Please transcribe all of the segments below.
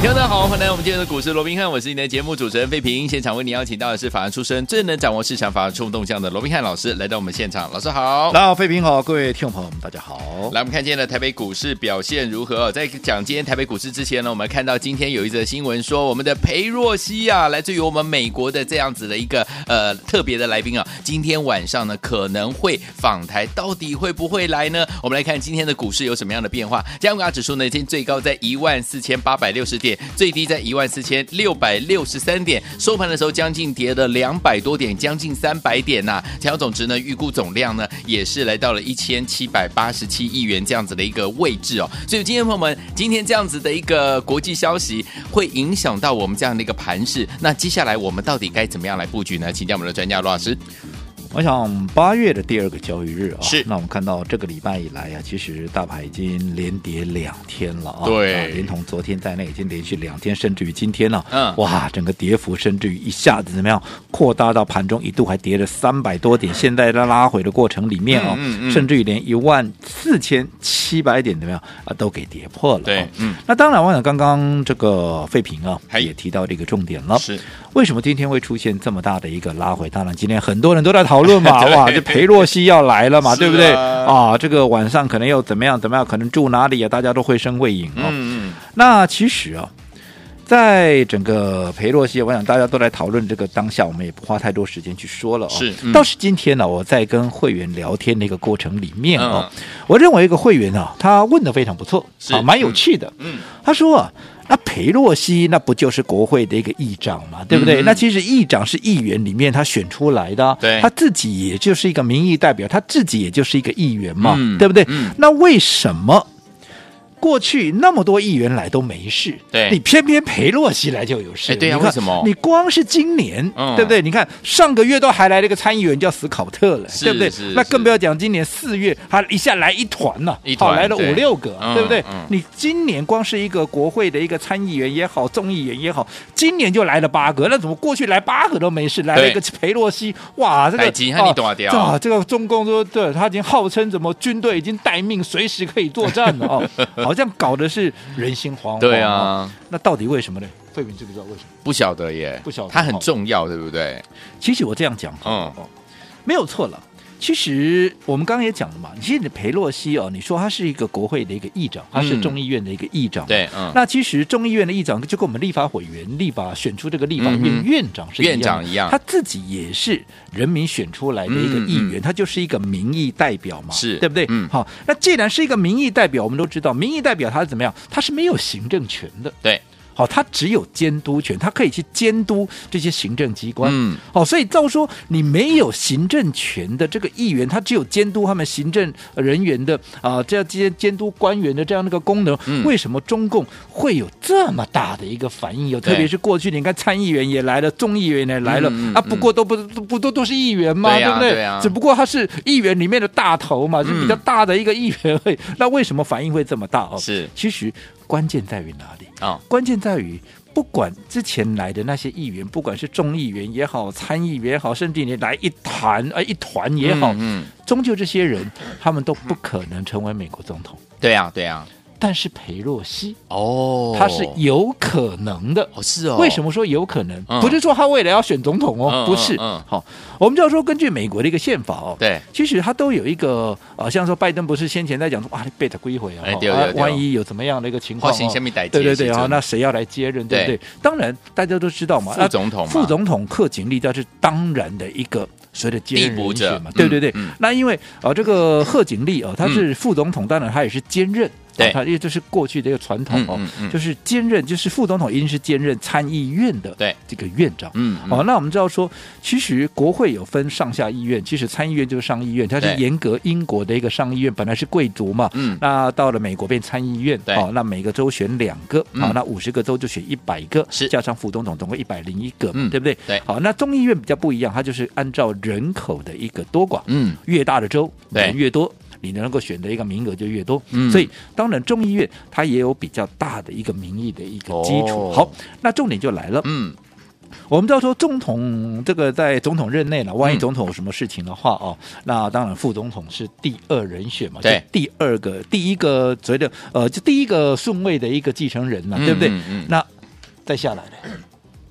听众大家好，欢迎来到我们今天的股市罗宾汉，我是你的节目主持人费平。现场为你邀请到的是法案出身、最能掌握市场法案冲动向的罗宾汉老师，来到我们现场。老师好，大家好，费平好，各位听众朋友们，大家好。来，我们看今天的台北股市表现如何？在讲今天台北股市之前呢，我们看到今天有一则新闻说，我们的裴若曦啊，来自于我们美国的这样子的一个呃特别的来宾啊，今天晚上呢可能会访台，到底会不会来呢？我们来看今天的股市有什么样的变化。加权指数呢，今天最高在一万四千八百六十点，最低在一万四千六百六十三点，收盘的时候将近跌了两百多点，将近三百点呐、成交总值呢，预估总量呢也是来到了一千七百八十七亿元这样子的一个位置哦。所以，今天朋友们，今天这样子的一个国际消息会影响到我们这样的一个盘势。那接下来我们到底该怎么样来布局呢？请教我们的专家罗老师。我想八月的第二个交易日啊，是那我们看到这个礼拜以来啊，其实大盘已经连跌两天了啊，对啊连同昨天在内已经连续两天，甚至于今天了，嗯哇，整个跌幅甚至于一下子怎么样扩大到盘中一度还跌了三百多点，现在在拉回的过程里面哦，嗯嗯嗯甚至于连一万四千七百点怎么样啊都给跌破了、哦，对嗯，那当然，我想刚刚这个费平啊嘿也提到这个重点了，是，为什么今天会出现这么大的一个拉回？当然，今天很多人都在讨论 嘛对哇，这裴洛西要来了嘛，是啊对不对？啊，这个晚上可能又怎么样怎么样，可能住哪里啊？大家都会声会影哦。嗯嗯，那其实啊，在整个裴洛西，我想大家都来讨论这个当下，我们也不花太多时间去说了哦。是嗯倒是今天呢、我在跟会员聊天的一个过程里面哦，嗯我认为一个会员啊，他问的非常不错，是啊，蛮有趣的。嗯嗯他说啊。那裴洛西那不就是国会的一个议长嘛，对不对？嗯那其实议长是议员里面他选出来的啊，对他自己也就是一个民意代表，他自己也就是一个议员嘛，嗯对不对？嗯那为什么过去那么多议员来都没事，对你偏偏裴洛西来就有事，哎对啊你看为什么你光是今年，嗯对不对？你看上个月都还来了一个参议员叫史考特了，是对不对是？那是更不要讲今年四月，他一下来一团呐、一团好来了对五六个，嗯对不对嗯？你今年光是一个国会的一个参议员也好，众议员也好，今年就来了八个，那怎么过去来八个都没事，来了一个裴洛西，哇，这个海基和你多屌啊，这个中共说，对他已经号称怎么军队已经待命，随时可以作战了哦，好像搞的是人心惶惶、对，啊，那到底为什么呢？费平知不知道为什么？不晓得耶，不晓得它很哦重要，对不对？其实我这样讲，嗯哦，没有错了。其实我们刚刚也讲了嘛，其实你裴洛西哦，你说他是一个国会的一个议长，他是众议院的一个议长，嗯对，嗯，那其实众议院的议长就跟我们立法委员、立法选出这个立法嗯院哼院长是一样院的长一样他自己也是人民选出来的一个议员，嗯嗯他就是一个民意代表嘛，是对不对？嗯好，那既然是一个民意代表，我们都知道，民意代表他是怎么样？他是没有行政权的。对，好，他只有监督权，他可以去监督这些行政机关。嗯，好，所以照说你没有行政权的这个议员，他只有监督他们行政人员的啊、这样这些监督官员的这样的一个功能。嗯为什么中共会有这么大的一个反应？有，对特别是过去你看参议员也来了，众议员也来了、嗯嗯啊，嗯不过都不都不都都是议员嘛，对呀不对？对呀嗯只不过他是议员里面的大头嘛，是比较大的一个议员会。那为什么反应会这么大哦？是其实关键在于哪里？哦，关键在于，不管之前来的那些议员，不管是众议员也好，参议员也好，甚至你来一团呃一团也好，嗯，嗯终究这些人他们都不可能成为美国总统。对啊，对啊，但是裴洛西哦，他是有可能的。哦，是哦，为什么说有可能？嗯不是说他未来要选总统嗯哦，不是。嗯嗯好，我们就要说，根据美国的一个宪法哦，对其实他都有一个呃，像说拜登不是先前在讲说啊，你被他归回啊哎，哦对对啊对万一有怎么样的一个情况发哦生什么事，对对的对时啊候，那谁要来接任，对不对对？当然大家都知道嘛，副总统啊嘛副总统克勤力道是当然的一个。所谓的接递任补人者选嘛嗯，对对对嗯，那因为啊，呃这个贺锦丽哦，他是副总统，当然他也是兼任，对啊因为这是过去的一个传统哦嗯嗯嗯，就是兼任，就是副总统一定是兼任参议院的对这个院长。嗯嗯哦，那我们知道说，其实国会有分上下议院，其实参议院就是上议院，它是对严格英国的一个上议院，本来是贵族嘛，嗯那到了美国变参议院，对哦，那每个州选两个，嗯好，那五十个州就选一百个，是加上副总统总共一百零一个嘛嗯，对不对？对好，那众议院比较不一样，它就是按照人口的一个多寡，嗯，越大的州对人越多。你能够选的一个名额就越多，嗯所以当然众议院它也有比较大的一个民意的一个基础。哦好，那重点就来了，嗯，我们知道说总统这个在总统任内了，万一嗯总统有什么事情的话哦，那当然副总统是第二人选嘛，对就第二个第一个所谓的呃，就第一个顺位的一个继承人了，嗯对不对？嗯嗯那再下来的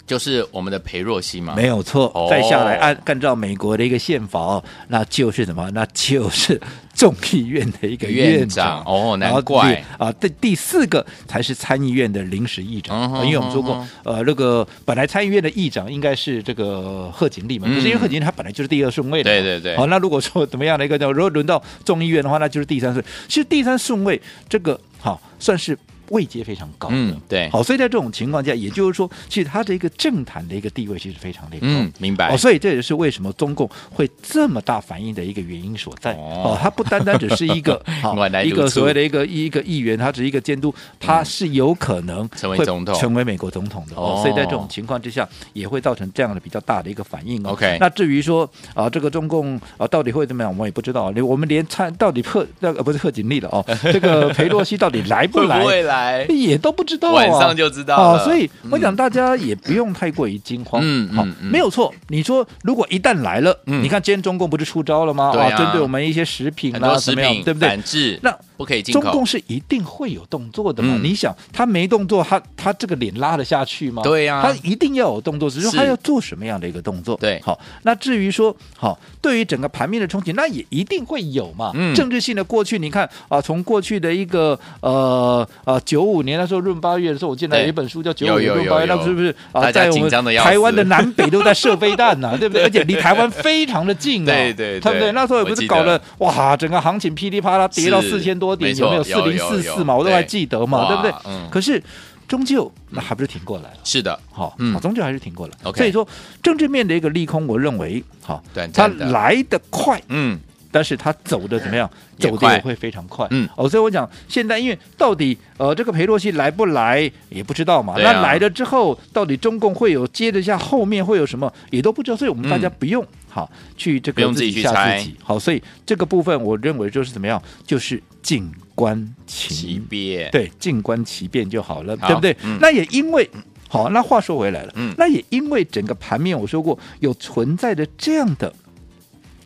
就是我们的裴若曦嘛，没有错哦，再下来按按照美国的一个宪法哦，那就是什么？那就是众议院的一个院院长长哦然后难怪第啊，第第四个才是参议院的临时议嗯长，哼啊因为我们说嗯过，呃，那个本来参议院的议长应该是这个贺锦丽嘛，可是因为贺锦丽她本来就是第二顺位的嗯嘛，对对对好，那如果说怎么样的一个，如果轮到众议院的话，那就是第三顺位。其实第三顺位这个好算是位阶非常高的，嗯对好，所以在这种情况下，也就是说，其实他的一个政坛的一个地位其实非常的高。嗯，明白哦，，所以这也是为什么中共会这么大反应的一个原因所在。哦哦，它不单单只是一 个好暖男一如个醋所谓的一个一个议员，他只是一个监督，他是有可能成为会总统成为美国总统的。哦哦，所以在这种情况之下，也会造成这样的比较大的一个反应哦。 OK 那至于说啊，这个中共啊到底会怎么样，我们也不知道。连我们连参到底贺那个不是贺锦丽了哦，这个裴洛西到底来不会来？不会来？也都不知道、啊，晚上就知道啊了所以嗯我想大家也不用太过于惊慌。嗯好嗯，嗯没有错。你说如果一旦来了，嗯你看今天中共不是出招了吗？对啊针对我们一些食品很啊，多怎食么样，品对不对反？制，那不可以进中口共，是一定会有动作的嘛？嗯你想，他没动作，他他这个脸拉得下去吗？对呀他一定要有动作，只是是说他要做什么样的一个动作。对好，那至于说，好，对于整个盘面的冲击，那也一定会有嘛。嗯政治性的过去，你看啊，从过去的一个呃呃九五年那时候闰八月的时候，我记得对有一本书叫《九有五年有闰八月》，有有那是不是啊，大家在我紧们张得要死台湾的南北都在射飞弹 呐、对不对？而且离台湾非常的近啊，对对对对不对？那时候也不我记是得搞了哇，整个行情噼里啪啦跌到是四千多点，没错有没有四有零有四有四嘛？我都还对记得嘛，对不对哇嗯？可是终究那还不是挺过来了。是的，好、嗯好终究还是挺过来。 OK 所以说，政治面的一个利空，我认为好，短它暂的来得快，嗯，但是它走的怎么样？也走的快也会非常快。嗯，哦，所以我讲现在，因为到底呃这个裴洛西来不来也不知道嘛。对啊那来了之后，到底中共会有接着下后面会有什么也都不知道，所以我们大家嗯不用、好去这不个用自己去吓猜自己。好，所以这个部分我认为就是怎么样，就是静观级其别，对，静观其变就好了，好对不对？嗯那也因为。好，那话说回来了，嗯那也因为整个盘面，我说过有存在着这样的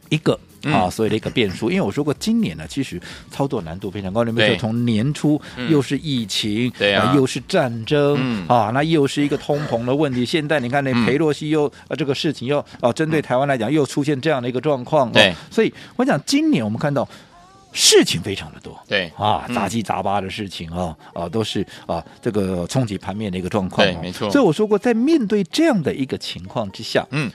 一个。嗯啊，所谓的一个变数，因为我说过，今年呢，其实操作难度非常高。你们对说从年初嗯又是疫情，对啊又是战争、嗯啊，那又是一个通膨的问题。现在你看，那嗯裴洛西又、呃这个事情又啊，针对台湾来讲，又出现这样的一个状况。对哦，所以我想今年我们看到事情非常的多，对啊，嗯杂七杂八的事情啊啊，都是啊这个冲击盘面的一个状况、啊。对没错所以我说过，在面对这样的一个情况之下，嗯，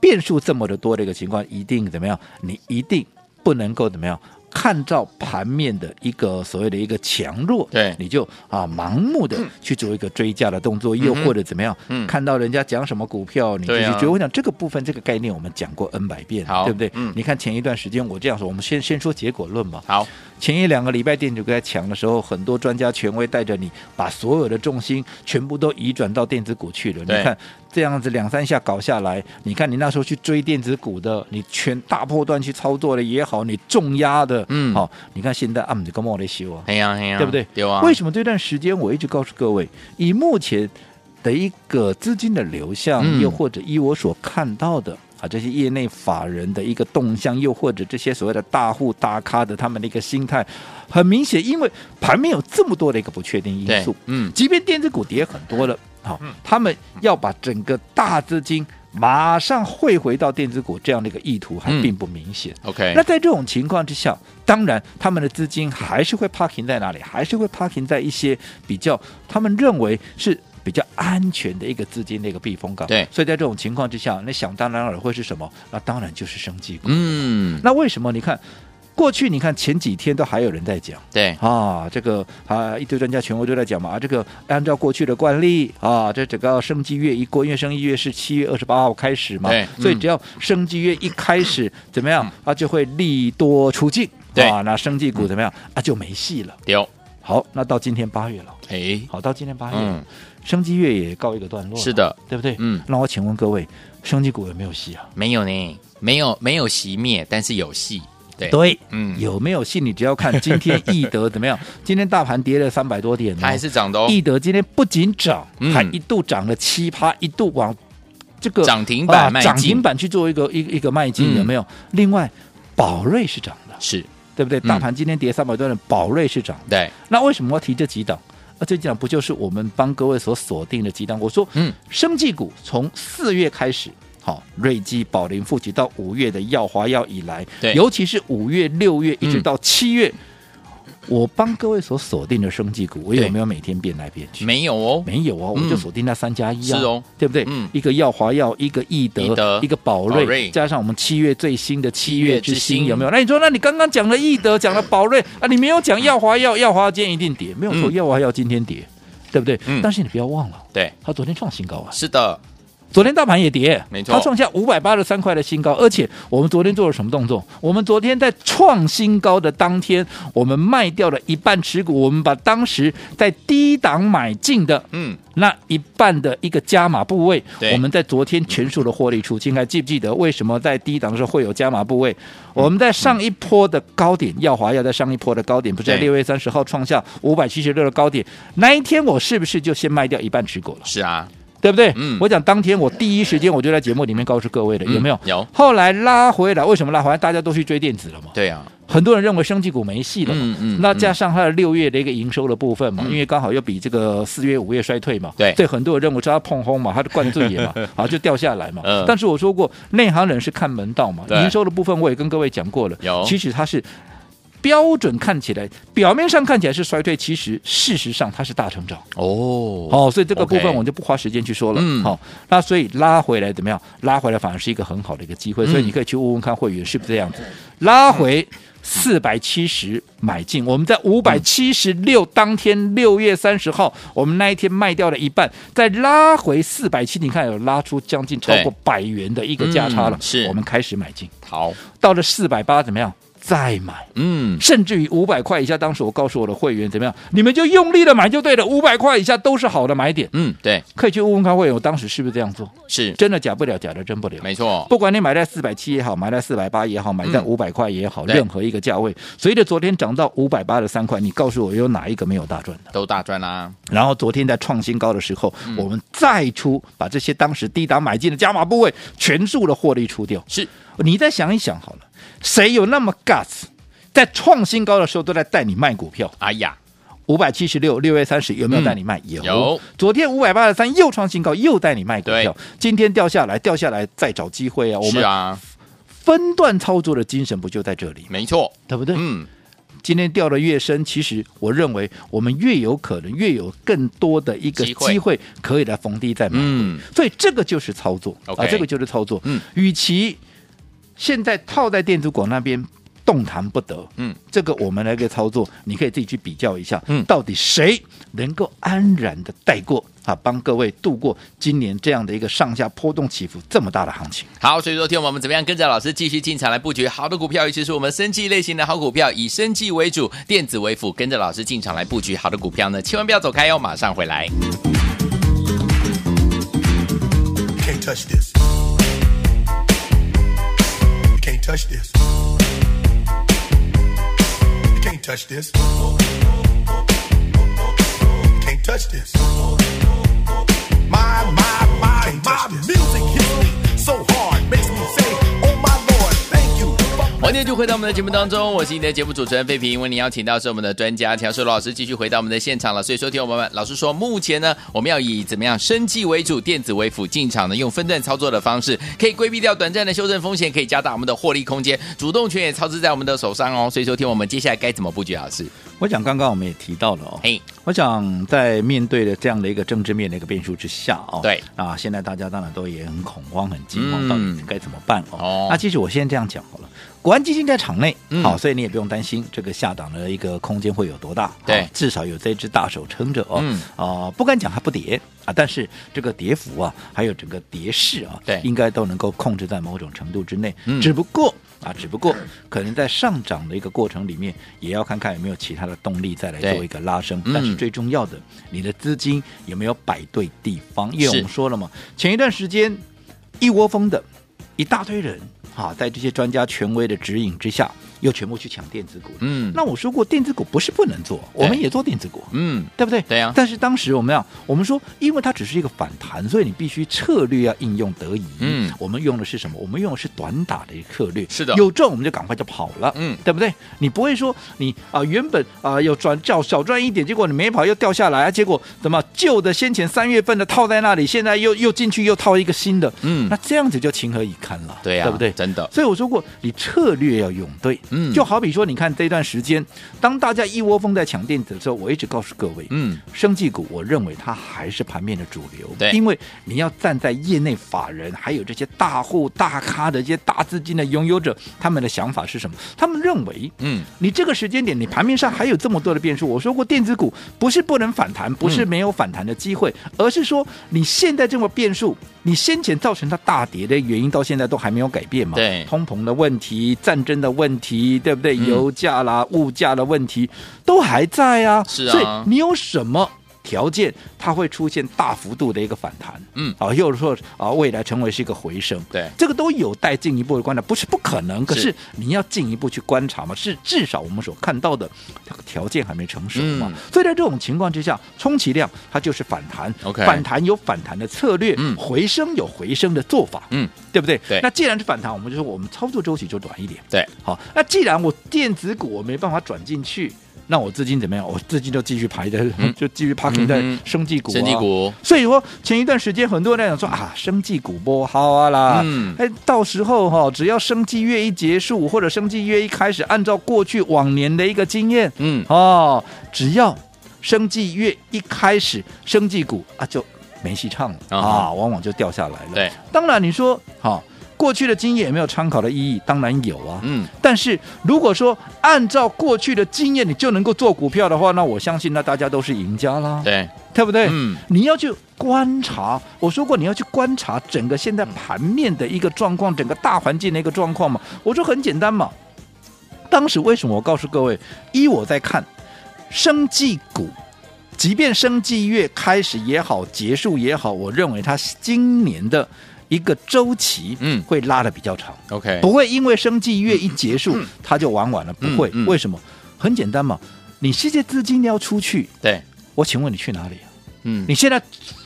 变数这么的多的一个情况，一定怎么样？你一定不能够怎么样？看到盘面的一个所谓的一个强弱，对你就啊盲目的去做一个追加的动作，又嗯哼或者怎么样？嗯看到人家讲什么股票，你就对去啊追。我想这个部分这个概念我们讲过 N 百遍好，对不对？嗯你看前一段时间我这样说，我们先先说结果论吧。好，前一两个礼拜电子股在强的时候，很多专家权威带着你把所有的重心全部都移转到电子股去了。对你看这样子两三下搞下来，你看你那时候去追电子股的，你全大波段去操作的也好，你重压的，嗯好、你看现在啊，你个莫雷修啊，黑呀黑呀，对不对？有啊，为什么这段时间我一直告诉各位，以目前的一个资金的流向，嗯又或者以我所看到的。啊，这些业内法人的一个动向，又或者这些所谓的大户大咖的他们的一个心态，很明显，因为盘面有这么多的一个不确定因对素，，嗯，即便电子股跌很多了，好、他们要把整个大资金马上汇回到电子股这样的一个意图还嗯并不明显。 OK，那在这种情况之下，当然他们的资金还是会 parking 在哪里？还是会 parking 在一些比较他们认为是。比较安全的一个资金的一个避风港，对所以在这种情况之下，那想当然尔会是什么？那当然就是生技股。嗯，那为什么？你看过去你看前几天都还有人在讲。对，啊，这个啊，一堆专家全国都在讲嘛，啊，这个按照过去的惯例啊，这整个生机月一过，因为生机月是七月二十八号开始嘛对，所以嗯只要生机月一开 始怎么样啊，就会利多出尽，对嗯啊，那生技股怎么样啊就没戏了。丢，好，那到今天八月了，哎，好，到今天八月了，嗯，生机月也告一个段落，是，的，对不对？嗯那我请问各位，生技股有没有戏啊？没有呢，没有没有熄灭，但是有戏，对，对，嗯，有没有戏？你只要看今天易德怎 么样，今天大盘跌了三百多点哦，它还是涨的哦，易德今天不仅涨，嗯还一度涨了七趴，一度往这个涨停板啊迈进涨停板去做一个一个一个迈进，嗯有没有？另外，宝瑞是涨的，是，对不对？嗯大盘今天跌三百多点，宝瑞是涨的。对，那为什么要提这几档？啊那这几档不就是我们帮各位所锁定的几档？我说，嗯，生技股从四月开始。好，瑞基、宝林、富集到五月的耀华药以来，对尤其是五月、六月一直嗯到七月，我帮各位所锁定的生技股，我有对没有每天变来变去？没有哦，没有啊，我们嗯就锁定那三加一是啊，哦对不对？嗯一个耀华药，一个易德，益德一个宝瑞，宝瑞加上我们七月最新的七月月之之星星，有没有？那你说，那你刚刚讲了易德，讲了 宝瑞啊，你没有讲耀华药，耀华药今天一定跌，没有说嗯耀华药今天跌，对不对？嗯但是你不要忘了，对，它昨天创新高啊，是的，昨天大盘也跌，没错它创下五百八十三块的新高，而且我们昨天做了什么动作？我们昨天在创新高的当天，我们卖掉了一半持股，我们把当时在低档买进的，嗯，那一半的一个加码部位对，我们在昨天全数的获利出清，还记不记得为什么在低档的时候会有加码部位？我们在上一波的高点，耀华要在上一波的高点，不是在对六月三十号创下五百七十六的高点，那一天我是不是就先卖掉一半持股了？是啊，对不对？嗯我讲当天我第一时间我就在节目里面告诉各位的，嗯有没有？有后来拉回来，为什么拉回来？大家都去追电子了嘛。对啊，很多人认为生技股没戏了嘛，嗯嗯那加上它的六月的一个营收的部分嘛，嗯因为刚好又比这个四月五月衰退嘛，对所以很多人认为说它碰轰嘛，它的灌醉也 嘛，啊就掉下来嘛。嗯但是我说过，内行人是看门道嘛，对营收的部分我也跟各位讲过了，有其实它是。标准看起来，表面上看起来是衰退，其实事实上它是大成长。哦，哦，所以这个 OK 部分我就不花时间去说了。嗯好、那所以拉回来怎么样？拉回来反而是一个很好的一个机会，所以嗯你可以去问问看会员是不是这样子。拉回四百七十买进，我们在五百七十六当天六月三十号，我们那一天卖掉了一半，再拉回四百七，你看有拉出将近超过百元的一个价差了，嗯是我们开始买进，好，到了四百八怎么样？再买。嗯，甚至于五百块以下，当时我告诉我的会员怎么样，你们就用力的买就对了，五百块以下都是好的买点，嗯，对，可以去问问看会员，我当时是不是这样做？是，真的假不了，假的真不了。没错，不管你买在四百七也好，买在四百八也好，买在嗯五百块也好，对任何一个价位，随着昨天涨到五百八十三块，你告诉我有哪一个没有大赚的？都大赚啦，然后昨天在创新高的时候，嗯我们再出把这些当时低档买进的加码部位全数的获利出掉。是，你再想一想好了，谁有那么 guts，在创新高的时候都在带你卖股票？哎呀，五百七十六，六月三十有没有带你卖？有。有昨天五百八十三又创新高，又带你卖股对票。今天掉下来，掉下来再找机会啊！我是们啊，分段操作的精神不就在这里吗？没错，对不对？嗯，今天掉的越深，其实我认为我们越有可能，越有更多的一个机会机会可以来逢低再买。嗯，所以这个就是操作 OK 啊，这个就是操作。嗯，与其现在套在电子股那边动弹不得，嗯，这个我们来个操作，你可以自己去比较一下，嗯到底谁能够安然的带过啊，帮各位度过今年这样的一个上下波动起伏这么大的行情。好，所以说，听我们怎么样跟着老师继续进场来布局好的股票，尤其是我们生技类型的好股票，以生技为主，电子为辅，跟着老师进场来布局好的股票呢，千万不要走开哦，马上回来。 Can't touch this. You can't touch this. You can't touch this. You can't touch this. My, my, my, my music hits me so hard, makes me say, Oh my lord, thank you. 欢迎就回到我们的节目当中，我是你的节目主持人费平。为您邀请到是我们的专家乔硕罗老师，继续回到我们的现场了。所以，说，听我们老师说，目前呢，我们要以怎么样生计为主，电子为辅进场呢，用分段操作的方式，可以规避掉短暂的修正风险，可以加大我们的获利空间，主动权也操之在我们的手上哦。所以，说，听我们接下来该怎么布局，老师？我想刚刚我们也提到了哦，嘿，我想在面对的这样的一个政治面的一个变数之下哦，对啊，现在大家当然都也很恐慌、很惊嗯慌，到底该怎么办哦？哦那其实我现在这样讲好了，国安基金在场内，嗯好，所以你也不用担心这个下档的一个空间会有多大，对好至少有这只大手撑着哦，嗯啊、不敢讲它不跌啊，但是这个跌幅啊，还有整个跌势啊，对应该都能够控制在某种程度之内，嗯只不过。啊，只不过可能在上涨的一个过程里面，也要看看有没有其他的动力再来对做一个拉升。嗯但是最重要的，你的资金有没有摆对地方？因为我是们说了嘛，前一段时间一窝蜂的一大堆人啊，在这些专家权威的指引之下，又全部去抢电子股。嗯那我说过，电子股不是不能做，对我们也做电子股。嗯，对不对？对啊但是当时我们要，我们说，因为它只是一个反弹，所以你必须策略要应用得宜。嗯我们用的是什么？我们用的是短打的一个策略。是的有赚我们就赶快就跑了。嗯对不对？你不会说你啊、原本啊、有赚叫少赚一点，结果你没跑又掉下来啊，结果怎么旧的先前三月份的套在那里，现在又又进去又套一个新的，嗯那这样子就情何以堪了，对呀啊对不对？真的所以我说过，你策略要用对，嗯就好比说，你看这段时间，当大家一窝蜂在抢电子的时候，我一直告诉各位，嗯，生技股，我认为它还是盘面的主流，对因为你要站在业内法人，还有这些大户、大咖的这些大资金的拥有者，他们的想法是什么？他们认为，嗯，你这个时间点，你盘面上还有这么多的变数。我说过，电子股不是不能反弹，嗯不是没有反弹的机会，而是说你现在这么变数，你先前造成它大跌的原因，到现在都还没有改变嘛？对嗯通膨的问题、战争的问题，对不对？油价啦、物价的问题都还在啊。是啊所以你有什么条件，它会出现大幅度的一个反弹？嗯啊，又是说啊，未来成为是一个回升，对这个都有待进一步的观察，不是不可能，可是是你要进一步去观察嘛，是至少我们所看到的这个条件还没成熟嘛，嗯所以在这种情况之下，充其量它就是反弹 OK 反弹有反弹的策略，嗯回升有回升的做法，嗯，对不对？对那既然是反弹，我们就说我们操作周期就短一点，对，好，那既然我电子股我没办法转进去，那我资金怎么样？我资金就继续排在， 就继续 parking 在嗯嗯哼生技股、啊。生技股，所以说前一段时间很多人在讲说啊，生技股不好啊啦，嗯哎，到时候哈、只要生技月一结束或者生技月一开始，按照过去往年的一个经验，嗯哦，只要生技月一开始，生技股啊就没戏唱了、啊哈啊，往往就掉下来了。对，当然你说好、过去的经验有没有参考的意义？当然有啊，嗯，但是如果说按照过去的经验，你就能够做股票的话，那我相信那大家都是赢家啦。对，对不对？嗯，你要去观察，我说过你要去观察整个现在盘面的一个状况，整个大环境的一个状况嘛。我说很简单嘛，当时为什么我告诉各位，依我在看，生技股。即便生技月开始也好，结束也好，我认为它今年的一个周期，嗯哎会拉的比较长。 ，OK，不会因为生计月一结束它就玩完了，不会嗯嗯嗯。为什么？很简单嘛，你这些资金要出去，对，我请问你去哪里、啊？嗯你现在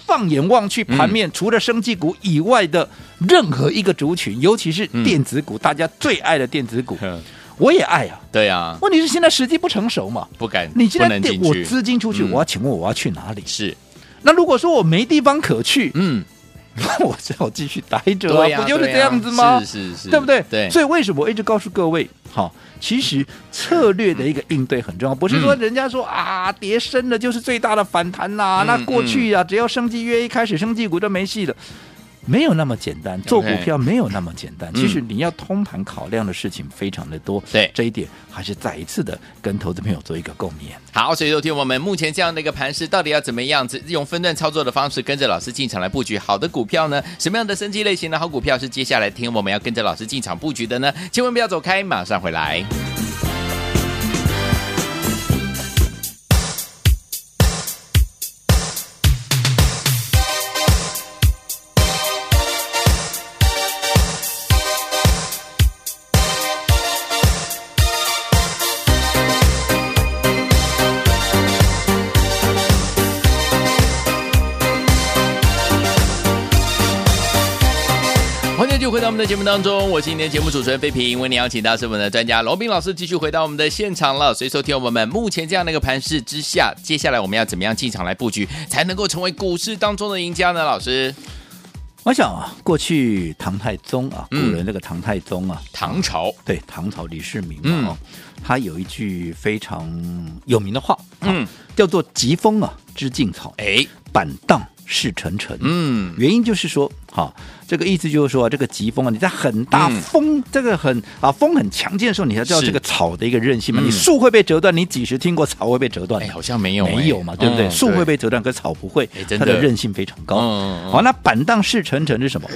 放眼望去，盘面、除了生技股以外的任何一个族群，尤其是嗯电子股，大家最爱的电子股，哼我也爱啊。对啊，问题是现在时机不成熟嘛？不敢，你现不在能电进我去，资金出去，嗯我要请问我要去哪里？是，那如果说我没地方可去， 嗯，那我只好继续待着对呀，啊，不就是对呀这样子吗？是是是，对不对？对，所以为什么我一直告诉各位，好，其实策略的一个应对很重要，不是说人家说、啊，跌深了就是最大的反弹啦、嗯那过去啊，只要升级约一开始，升级股就没戏了。没有那么简单，做股票没有那么简单。其实你要通盘考量的事情非常的多，嗯对这一点还是再一次的跟投资朋友做一个共勉。好，所以说听我们目前这样的一个盘势，到底要怎么样子用分段操作的方式跟着老师进场来布局好的股票呢？什么样的升级类型的好股票是接下来听我们要跟着老师进场布局的呢？千万不要走开，马上回来。欢迎继续回到我们的节目当中，我是今天节目主持人费平，为您邀请到是我们的专家罗斌老师继续回到我们的现场了。所以，收听我们目前这样的一个盘势之下，接下来我们要怎么样进场来布局，才能够成为股市当中的赢家呢？老师，我想啊，过去唐太宗啊，古嗯人那个唐太宗啊，唐朝，对唐朝李世民嘛、嗯哦，他有一句非常有名的话，啊嗯，叫做“疾风啊，知劲草，哎，板荡势沉沉。嗯，原因就是说，好、这个意思就是说啊，这个疾风啊，你在很大嗯风，这个很啊风很强劲的时候，你才知道是这个草的一个韧性嘛。嗯你树会被折断，你几时听过草会被折断？哎，好像没有、哎没有嘛，对不对？嗯树会被折断，可草不会哎，真它的的韧性非常高。嗯嗯嗯好，那板荡势沉沉是什么？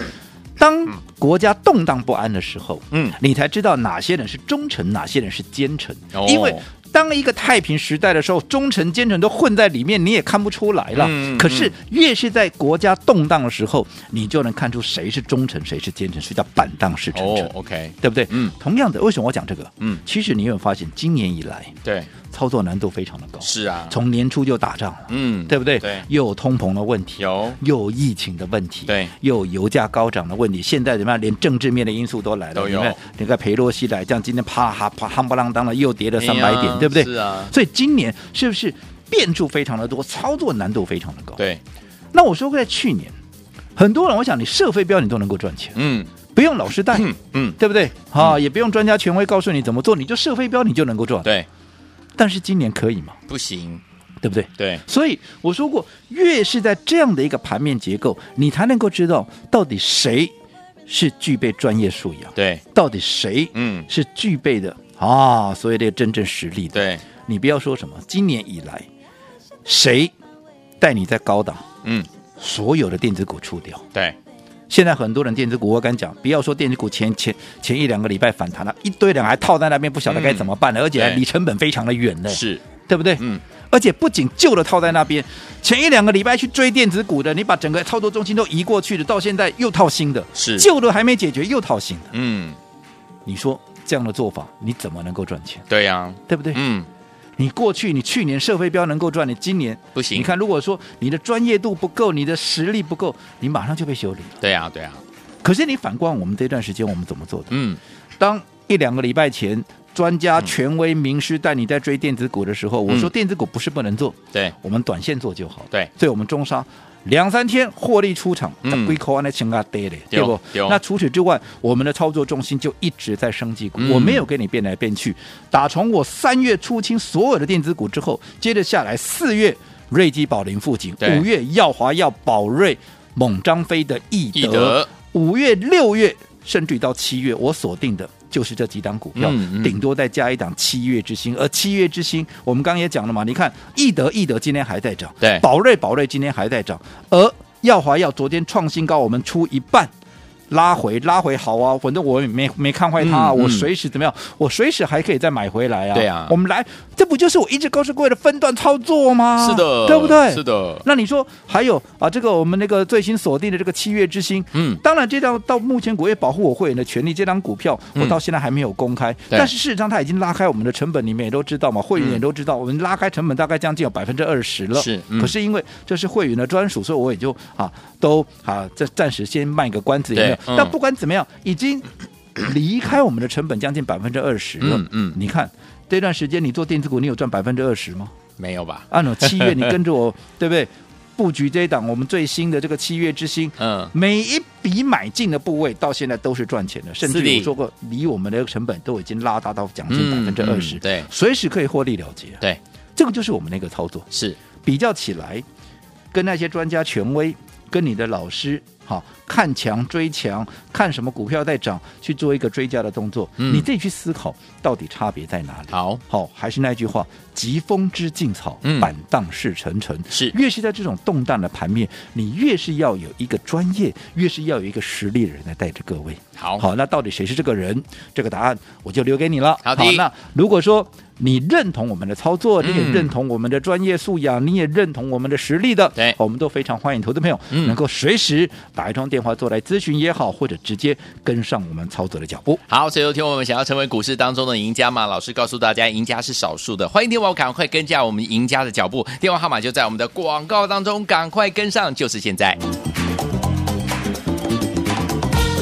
当国家动荡不安的时候，嗯你才知道哪些人是忠臣，哪些人是奸臣，哦因为。当一个太平时代的时候，忠臣奸臣都混在里面，你也看不出来了。嗯可是越是在国家动荡的时候，你就能看出谁是忠臣，谁是奸臣，谁叫板荡是臣臣哦，，OK，对不对？嗯同样的，为什么我讲这个？嗯其实你有没有发现，今年以来对，操作难度非常的高。是啊，从年初就打仗了，嗯对不对？对又有通膨的问题，有又有疫情的问题，对又有油价高涨的问题。现在怎么样？连政治面的因素都来了，都有你看，你看裴洛西来，这样今天啪哈啪夯不啷当的又跌了哎呀三百点，对不对？是啊所以今年是不是变数非常的多，操作难度非常的高？。对，那我说过在去年，很多人我想你射飞镖你都能够赚钱，嗯不用老师带。嗯嗯，对不对？啊，也不用专家权威告诉你怎么做，你就射飞镖你就能够赚。对，但是今年可以吗？不行，对不对？对，所以我说过，越是在这样的一个盘面结构，你才能够知道到底谁是具备专业素养，对，到底谁嗯是具备的啊，所谓的真正实力的。对，你不要说什么今年以来谁带你在高档，嗯所有的电子股出掉。对，现在很多人电子股，我敢讲，不要说电子股前前前一两个礼拜反弹了，一堆人还套在那边，不晓得该怎么办了，而且还嗯对离成本非常的远呢。是，对不对？嗯。而且不仅旧的套在那边，前一两个礼拜去追电子股的，你把整个操作中心都移过去的，到现在又套新的，是旧的还没解决又套新的。嗯，你说这样的做法，你怎么能够赚钱？对呀、对不对？嗯，你过去你去年社会标能够赚，你今年不行你看，如果说你的专业度不够，你的实力不够，你马上就被修理了。对呀、对呀、啊可是你反观我们这段时间，我们怎么做的？嗯，当一两个礼拜前，专家、权威、名师带你在追电子股的时候，我说嗯电子股不是不能做，对，我们短线做就好。对所以我们中商两三天获利出场，嗯归口安的情啊跌嘞，对对哦不对哦？那除此之外，我们的操作重心就一直在生技股，嗯我没有跟你变来变去。打从我三月出清所有的电子股之后，接着下来四月瑞基、宝林附近，对五月耀华、耀宝瑞、猛张飞的易易德德，五月、六月甚至于到七月，我锁定的。就是这几档股票，嗯嗯顶多再加一档七月之星，而七月之星，我们刚刚也讲了嘛，你看易德易德今天还在涨，对宝瑞宝瑞今天还在涨，而耀华耀昨天创新高，我们出一半。拉回拉回好啊，反正我也没没看坏它、啊嗯嗯我随时怎么样，我随时还可以再买回来啊。对啊我们来，这不就是我一直告诉各位的分段操作吗？是的，啊对不对？是。的，那你说还有啊，这个我们那个最新锁定的这个七月之星，嗯当然这张到目前国业保护我会员的权利，这张股票我嗯到现在还没有公开，对嗯但是事实上它已经拉开我们的成本，你们也都知道嘛，会员也都知道，我们拉开成本大概将近有百分之二十了，是嗯可是因为这是会员的专属，所以我也就啊都啊这暂时先卖个关子，有没对有嗯但不管怎么样，已经离开我们的成本将近百分之二十了，嗯嗯你看这段时间你做电子股，你有赚百分之二十吗？没有吧？按照七月，你跟着我， 对不对？布局这一档我们最新的这个七月之星，嗯，每一笔买进的部位到现在都是赚钱的，甚至是的我说过，离我们的成本都已经拉大到将近百嗯分之二十，嗯对随时可以获利了结。啊对，这个就是我们那个操作。是，比较起来，跟那些专家权威，跟你的老师，好看强追强，看什么股票在涨，去做一个追加的动作，嗯你自己去思考到底差别在哪里。好，好，还是那句话，疾风知劲草嗯，板荡是沉沉。是越是在这种动荡的盘面，你越是要有一个专业，越是要有一个实力的人来带着各位。好好，那到底谁是这个人？这个答案我就留给你了。好的那如果说你认同我们的操作，你也嗯认同我们的专业素养，你也认同我们的实力的，对我们都非常欢迎投资朋友、嗯能够随时打一通电话做来咨询也好，或者直接跟上我们操作的脚步。好，所以有听我们想要成为股市当中的赢家嘛？老师告诉大家，赢家是少数的。欢迎电话，赶快跟上我们赢家的脚步，电话号码就在我们的广告当中，赶快跟上，就是现在。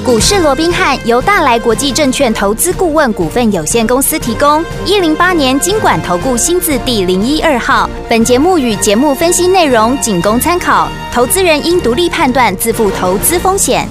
股市罗宾汉由大来国际证券投资顾问股份有限公司提供，一零八年经管投顾新字第零一二号。本节目与节目分析内容仅供参考，投资人应独立判断，自负投资风险。